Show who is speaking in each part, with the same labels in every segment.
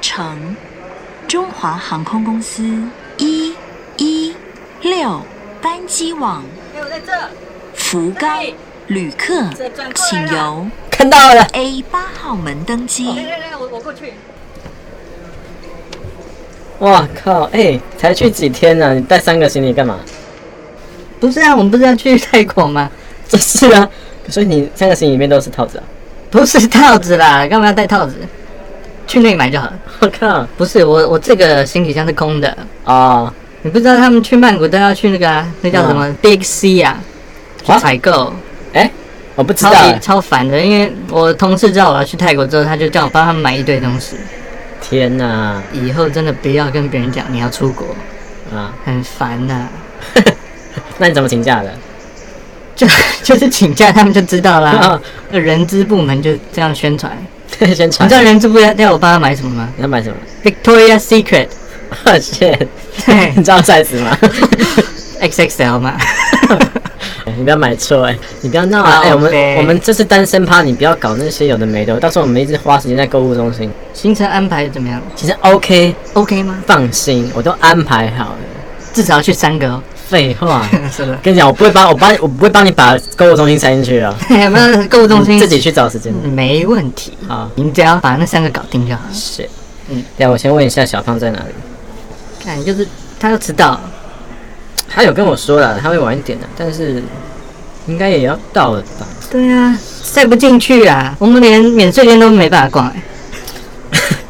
Speaker 1: 乘中华航空公司一一六班机往
Speaker 2: 哎，我在这，
Speaker 1: 福冈，旅客请由
Speaker 3: 看到了，
Speaker 1: A 八号门登
Speaker 2: 来
Speaker 1: 机。
Speaker 4: 哎
Speaker 2: 来来，我我过去。
Speaker 3: 哇靠！哎、才去几天呢、你带三个行李干嘛？
Speaker 4: 不是啊，我们不是要去泰国吗？
Speaker 3: 这是啊，所以你三个行李里面都是套子啊！
Speaker 4: 不是套子啦，干嘛要带套子？去那里买就好了。
Speaker 3: 我靠！
Speaker 4: 不是我，我这个行李箱是空的。
Speaker 3: 哦，
Speaker 4: 你不知道他们去曼谷都要去那个啊，那叫什么、Big C 啊，去
Speaker 3: 嗯啊
Speaker 4: 采购，
Speaker 3: 哎、我不知
Speaker 4: 超
Speaker 3: 道、
Speaker 4: 级
Speaker 3: 哎
Speaker 4: 超烦的。因为我同事知道我要去泰国之后，他就叫我帮他们买一堆东西。
Speaker 3: 天哪！
Speaker 4: 以后真的不要跟别人讲你要出国，
Speaker 3: 啊，
Speaker 4: 很烦呐、
Speaker 3: 那你怎么请假的？
Speaker 4: 就就是请假，他们就知 道啦
Speaker 3: 啊。
Speaker 4: 就人资部门就这样宣传。
Speaker 3: 先
Speaker 4: 你
Speaker 3: 传
Speaker 4: 知。道人资部要要我帮他买什么吗
Speaker 3: 你要买什么？
Speaker 4: ？Victoria Secret
Speaker 3: 啊 shit！
Speaker 4: 对
Speaker 3: 你知道 size 吗？
Speaker 4: XXL 嘛。
Speaker 3: 你不要买错哎、你不要闹啊！哎、我们
Speaker 4: 靠北
Speaker 3: 我们这是单身趴，你不要搞那些有的没的。到时候我们一直花时间在购物中心。
Speaker 4: 行程安排怎么样
Speaker 3: 其实 OK，
Speaker 4: ？OK 吗？
Speaker 3: 放心，我都安排好了。
Speaker 4: 至少要去三个哦。
Speaker 3: 废话，
Speaker 4: 是的。
Speaker 3: 跟你讲，我不会帮我帮我不会帮你把购物中心塞进去啊，
Speaker 4: 有没有购物中心？嗯
Speaker 3: 你自己去找时间。
Speaker 4: 没问题。
Speaker 3: 好，
Speaker 4: 你只要把那三个搞定就好了。
Speaker 3: 是，
Speaker 4: 嗯
Speaker 3: 嗯，对，我先问一下小胖在哪里。
Speaker 4: 看，就是他要迟到，
Speaker 3: 他有跟我说了，他会晚一点的，啊但是应该也要到了 吧？
Speaker 4: 对啊，塞不进去啊，我们连免税店都没办法逛、哎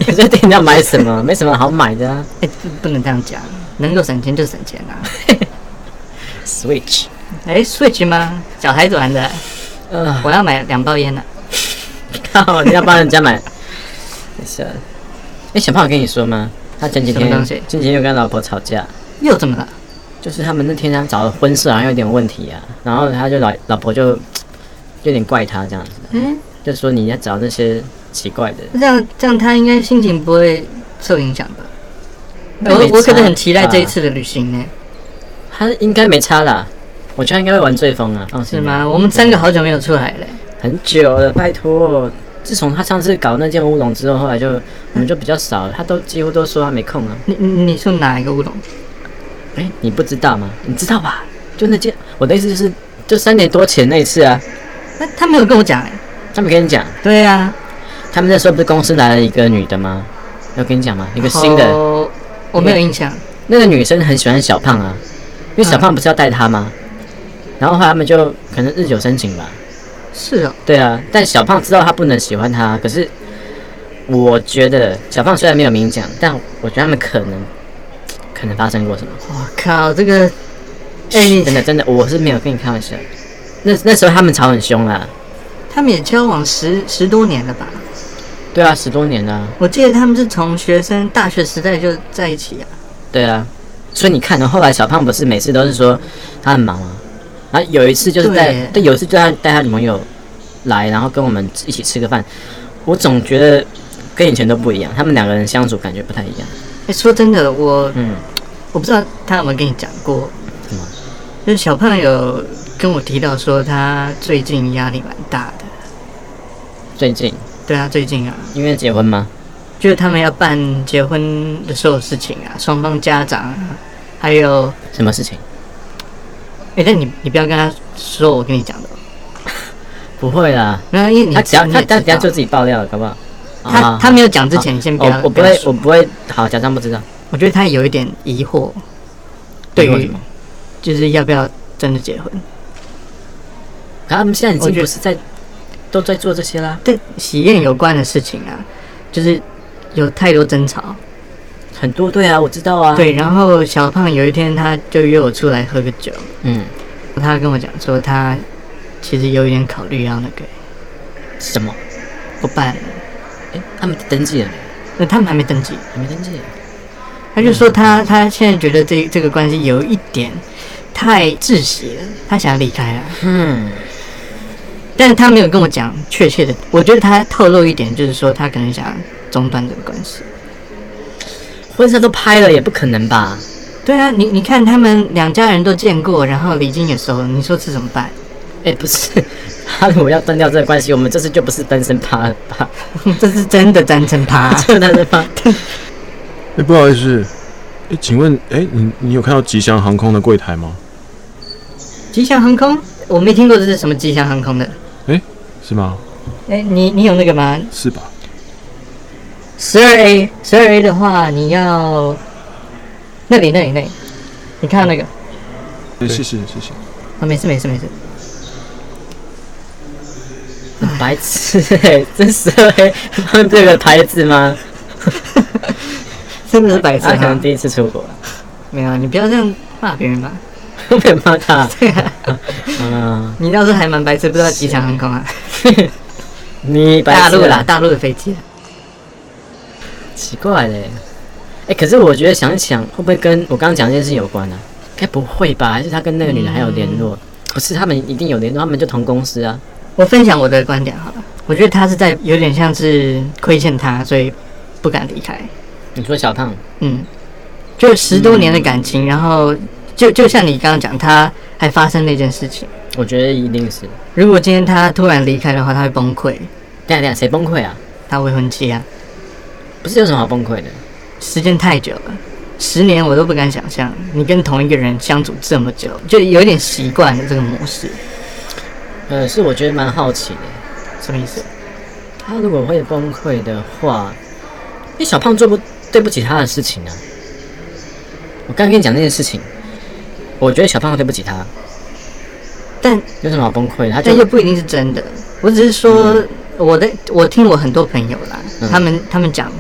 Speaker 3: 你这店要买什么？没什么好买的啊。
Speaker 4: 哎、不不能这样讲，能够省钱就省钱 啊。
Speaker 3: Switch，
Speaker 4: 哎、s w i t c h 吗？小孩子玩的，
Speaker 3: 啊，
Speaker 4: 我要买两包烟呢、
Speaker 3: 靠，你要帮人家买。没事。哎，小胖有跟你说吗？他前几天
Speaker 4: 什么东西
Speaker 3: 前几天又跟他老婆吵架，
Speaker 4: 又怎么了？
Speaker 3: 就是他们那天他找的婚事好像有点问题啊，然后他就老老婆就有点怪他这样子。
Speaker 4: 嗯，
Speaker 3: 就说你要找那些奇怪的，
Speaker 4: 这样这样他应该心情不会受影响吧？
Speaker 3: 那啊
Speaker 4: 我
Speaker 3: 没
Speaker 4: 我
Speaker 3: 差
Speaker 4: 可能很期待这一次的旅行呢、
Speaker 3: 他应该没差啦。我觉得他应该会玩醉风啊，放心
Speaker 4: 是？吗？我们三个好久没有出来了、
Speaker 3: 很久了，拜托。自从他上次搞那件乌龙之后，后来就我们就比较少了，他都几乎都说他没空啊。
Speaker 4: 你你你说哪一个乌龙？
Speaker 3: 哎、你不知道吗？你知道吧？就那件，我的意思就是，就三年多前那一次啊。
Speaker 4: 那他没有跟我讲哎、
Speaker 3: 他们跟你讲，
Speaker 4: 对啊，
Speaker 3: 他们那时候不是公司来了一个女的吗？有跟你讲吗？一个新的，
Speaker 4: 哦我没有印象。
Speaker 3: 那个女生很喜欢小胖啊，因为小胖不是要带她吗？然后后来他们就可能日久生情吧，
Speaker 4: 是哦，
Speaker 3: 对啊，但小胖知道他不能喜欢他，可是我觉得小胖虽然没有明讲，但我觉得他们可能可能发生过什么。
Speaker 4: 我靠，这个，哎、
Speaker 3: 真
Speaker 4: 你
Speaker 3: 的真的，我是没有跟你开玩笑。那那时候他们吵很凶啊啦，
Speaker 4: 他们也交往十十多年了吧？
Speaker 3: 对啊，十多年啦、
Speaker 4: 我记得他们是从学生大学时代就在一起啊。
Speaker 3: 对啊。所以你看，后来小胖不是每次都是说他很忙啊，然后有一次就是带
Speaker 4: 对
Speaker 3: 对，有一次就他带他女朋友来，然后跟我们一起吃个饭，我总觉得跟以前都不一样，他们两个人相处感觉不太一样。
Speaker 4: 哎、说真的，我
Speaker 3: 嗯，
Speaker 4: 我不知道他有没有跟你讲过
Speaker 3: 什么，
Speaker 4: 就是小胖有跟我提到说他最近压力蛮大的。
Speaker 3: 最近
Speaker 4: 对啊，最近啊，
Speaker 3: 因为结婚吗？
Speaker 4: 就是他们要办结婚的所有事情啊，双方家长啊，还有，
Speaker 3: 什么事情？
Speaker 4: 哎、但你你不要跟他说我跟你讲的哦，
Speaker 3: 不会啦，
Speaker 4: 没有，因为你
Speaker 3: 他只要
Speaker 4: 你
Speaker 3: 他
Speaker 4: 也
Speaker 3: 他
Speaker 4: 知
Speaker 3: 等下
Speaker 4: 道
Speaker 3: 就自己爆料了，搞不好？啊哦
Speaker 4: 他他没有讲之前，你先不要。
Speaker 3: 我我不
Speaker 4: 要
Speaker 3: 会
Speaker 4: 说
Speaker 3: 我不会好假装不知道。
Speaker 4: 我觉得他有一点疑惑，
Speaker 3: 嗯
Speaker 4: 对
Speaker 3: 疑惑什
Speaker 4: 于
Speaker 3: 么
Speaker 4: 就是要不要真的结婚。
Speaker 3: 可他们现在已
Speaker 4: 我
Speaker 3: 经
Speaker 4: 觉得
Speaker 3: 不是在都在做这些啦，
Speaker 4: 对喜宴有关的事情啊，就是有太多争吵。
Speaker 3: 嗯很多对啊，我知道啊。，
Speaker 4: 对，然后小胖有一天他就约我出来喝个酒，
Speaker 3: 嗯，
Speaker 4: 他跟我讲说他其实有一点考虑要那个
Speaker 3: 什么？
Speaker 4: 不办了，
Speaker 3: 哎，他们登记了没？
Speaker 4: 那他们还没登记。啊
Speaker 3: 还没登记。
Speaker 4: 他就说他他现在觉得这这个关系有一点太窒息了，他想要离开了。
Speaker 3: 嗯，
Speaker 4: 但是他没有跟我讲确切的，我觉得他透露一点，就是说他可能想中断这个关系。
Speaker 3: 婚纱都拍了，也不可能吧？
Speaker 4: 对啊，你你看他们两家人都见过，然后礼金也收了，你说这怎么办？
Speaker 3: 哎，不是，他如果要断掉这个关系，我们这次就不是单身趴了吧？
Speaker 4: 这是真的单身趴。
Speaker 3: 这个单身 趴，
Speaker 2: 哎，不好意思，哎，请问，哎，你你有看到吉祥航空的柜台吗？
Speaker 4: 吉祥航空，我没听过这是什么吉祥航空的。
Speaker 2: 是吗？
Speaker 4: 哎，你你有那个吗？
Speaker 2: 是吧？
Speaker 4: 十二 A，十二 A 的话，你要那里那里那里，你看到那个？
Speaker 2: 哎，谢谢谢谢。
Speaker 4: 啊，没事没事没事。
Speaker 3: 很白痴哎、欸，真是哎、他们这个牌子吗？
Speaker 4: 真的是白痴啊
Speaker 3: 他可
Speaker 4: 哈
Speaker 3: 能！第一次出 国，
Speaker 4: 没有，你不要这样骂别人吧。
Speaker 3: 没骂他。
Speaker 4: 对啊，
Speaker 3: 嗯，
Speaker 4: 你倒是还蛮白痴，不知道吉祥航空啊，
Speaker 3: 你白
Speaker 4: 大
Speaker 3: 痴
Speaker 4: 陆啦，
Speaker 3: 啦，
Speaker 4: 大陆的飞机啊。
Speaker 3: 奇怪嘞、哎、可是我觉得想一想，会不会跟我刚刚讲这件事有关呢、啊？该不会吧？还是他跟那个女的还有联络？不是，他们一定有联络，他们就同公司啊。
Speaker 4: 我分享我的观点好了，我觉得他是在有点像是亏欠他，所以不敢离开。
Speaker 3: 你说小胖，
Speaker 4: 嗯，就十多年的感情，然后就就像你刚刚讲，他还发生那件事情。
Speaker 3: 我觉得一定是。
Speaker 4: 如果今天他突然离开的话，他会崩溃，
Speaker 3: 等一下等一下，谁崩溃啊？
Speaker 4: 他未婚妻啊，
Speaker 3: 不是有什么好崩溃的？
Speaker 4: 时间太久了，十年我都不敢想象，你跟同一个人相处这么久，就有点习惯了这个模式，
Speaker 3: 呃，是我觉得蛮好奇的。
Speaker 4: 什么意思？
Speaker 3: 他如果会崩溃的话，因为小胖做不对不起他的事情啊。我刚跟你讲那件事情，我觉得小胖对不起他，
Speaker 4: 但
Speaker 3: 有什么好崩溃的？他就
Speaker 4: 但又不一定是真的。我只是说，我的我听我很多朋友啦，
Speaker 3: 嗯
Speaker 4: 他们他们讲，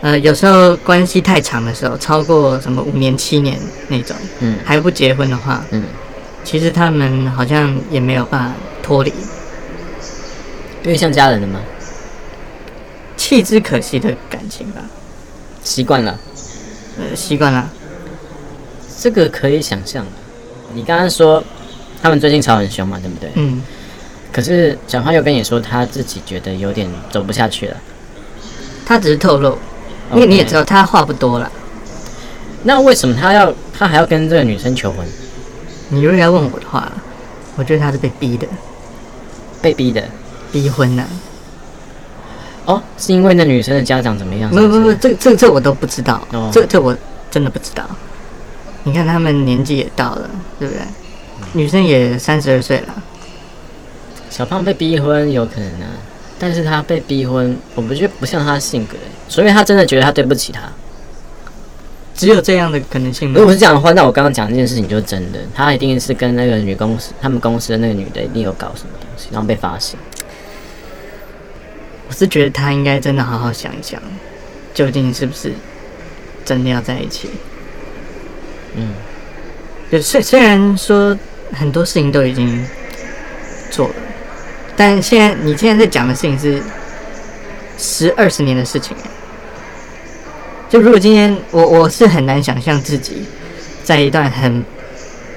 Speaker 4: 呃，有时候关系太长的时候，超过什么五年七年那种，
Speaker 3: 嗯
Speaker 4: 还不结婚的话，
Speaker 3: 嗯，
Speaker 4: 其实他们好像也没有办法脱离，
Speaker 3: 因为像家人了嘛，
Speaker 4: 弃之可惜的感情吧，
Speaker 3: 习惯了，
Speaker 4: 呃，习惯了。
Speaker 3: 这个可以想象。你刚刚说他们最近吵很凶嘛，对不对？
Speaker 4: 嗯，
Speaker 3: 可是小胖又跟你说他自己觉得有点走不下去了。
Speaker 4: 他只是透露，因为
Speaker 3: OK
Speaker 4: 你也知道他话不多啦。
Speaker 3: 那为什么他要他还要跟这个女生求婚？
Speaker 4: 你如果要问我的话，我觉得他是被逼的，
Speaker 3: 被逼的
Speaker 4: 逼婚了。
Speaker 3: 哦，是因为那女生的家长怎么样？
Speaker 4: 没有没有，没有
Speaker 3: 是不是
Speaker 4: 这这这我都不知道，
Speaker 3: 哦
Speaker 4: 这这我真的不知道。你看他们年纪也到了，对不对？
Speaker 3: 嗯
Speaker 4: 女生也三十二岁了，
Speaker 3: 小胖被逼婚有可能啊，但是他被逼婚，我不觉得不像他的性格欸，除非他真的觉得他对不起他。
Speaker 4: 只有这样的可能性吗
Speaker 3: 如？果是这样的话，那我刚刚讲这件事情就是真的，他一定是跟那个女公司，他们公司的那个女的一定有搞什么东西，然后被发现。
Speaker 4: 我是觉得他应该真的好好想一想，究竟是不是真的要在一起。
Speaker 3: 嗯，
Speaker 4: 就虽虽然说很多事情都已经做了，但现在你现在在讲的事情是十二十年的事情欸。就如果今天我我是很难想象自己在一段很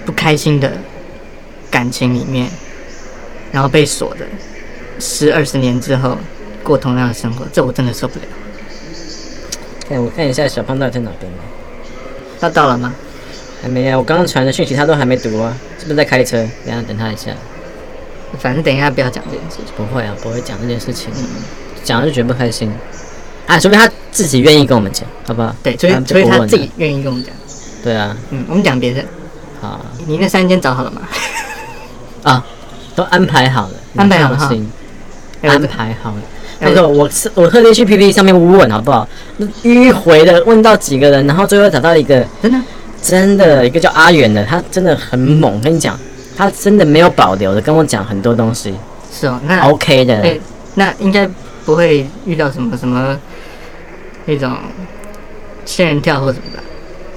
Speaker 4: 不开心的感情里面，然后被锁的十二十年之后过同样的生活，这我真的受不了。
Speaker 3: 看我看一下小胖到底在哪边了，
Speaker 4: 他到了吗？
Speaker 3: 还没啊，我刚刚传的讯息他都还没读啊，是不是在开车？等一下等他一下，
Speaker 4: 反正等一下不要讲这件事情。
Speaker 3: 不会啊，不会讲这件事情，讲了就觉得不开心。啊，除非他自己愿意跟我们讲，好不好？
Speaker 4: 对，所以
Speaker 3: 那就
Speaker 4: 所以
Speaker 3: 不
Speaker 4: 他
Speaker 3: 啊问
Speaker 4: 自
Speaker 3: 了
Speaker 4: 己愿意跟我们讲。
Speaker 3: 对啊，
Speaker 4: 嗯，我们讲别的。
Speaker 3: 好。
Speaker 4: 你那三间找好了吗？
Speaker 3: 啊，都安排好了，
Speaker 4: 安排好了
Speaker 3: 你放心
Speaker 4: 哎我
Speaker 3: 安
Speaker 4: 这
Speaker 3: 排好了。
Speaker 4: 哎
Speaker 3: 那个我是我特地去 PPT 上面问好不好？那迂回的问到几个人，然后最后找到一个
Speaker 4: 真的？
Speaker 3: 真的一个叫阿远的，他真的很猛，跟你讲，他真的没有保留的跟我讲很多东西
Speaker 4: 是哦，那
Speaker 3: ，OK 的。
Speaker 4: 对，那应该不会遇到什么什么那种仙人跳或什么的，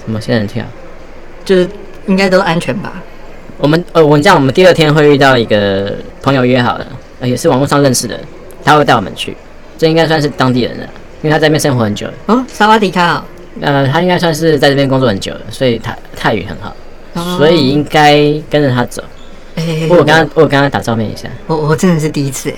Speaker 3: 什么仙人跳？
Speaker 4: 就是应该都安全吧？
Speaker 3: 啊我们呃，我们这样，我们第二天会遇到一个朋友约好了，呃也是网络上认识的，他会带我们去，这应该算是当地人了，因为他在那边生活很久了。
Speaker 4: 哦，萨瓦迪卡、哦，
Speaker 3: 呃，他应该算是在这边工作很久了，所以他泰语很好，
Speaker 4: 哦
Speaker 3: 所以应该跟着他走。
Speaker 4: 哎、
Speaker 3: 不过我刚刚我刚刚打照面一下，
Speaker 4: 我我真的是第一次哎，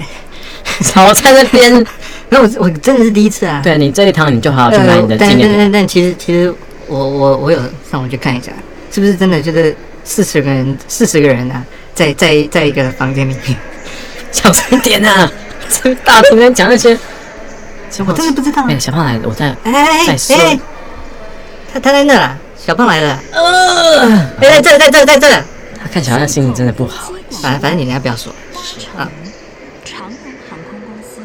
Speaker 3: 早在那 边。
Speaker 4: 那我我真的是第一次啊。
Speaker 3: 对你这一趟你就哦好好去买你的
Speaker 4: 呃但
Speaker 3: 纪
Speaker 4: 但
Speaker 3: 念品。
Speaker 4: 但但其实其实我我我有上网去看一下，是不是真的就是四十个人四十个人啊，在在在一个房间里面，
Speaker 3: 小声点呐、啊！这大平在讲那些，小
Speaker 4: 我
Speaker 3: 胖
Speaker 4: 真的不知道。
Speaker 3: 哎、小胖来了，我在
Speaker 4: 哎哎
Speaker 3: 再
Speaker 4: 哎
Speaker 3: 说
Speaker 4: 哎，他他在那啦，小胖来了。
Speaker 3: 呃
Speaker 4: 哎，在这在这在这。
Speaker 3: 他看起来好像心情真的不好。
Speaker 4: 哎反正反正啊你等一下不要说。
Speaker 1: 搭乘长荣航空公司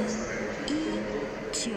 Speaker 1: 一九。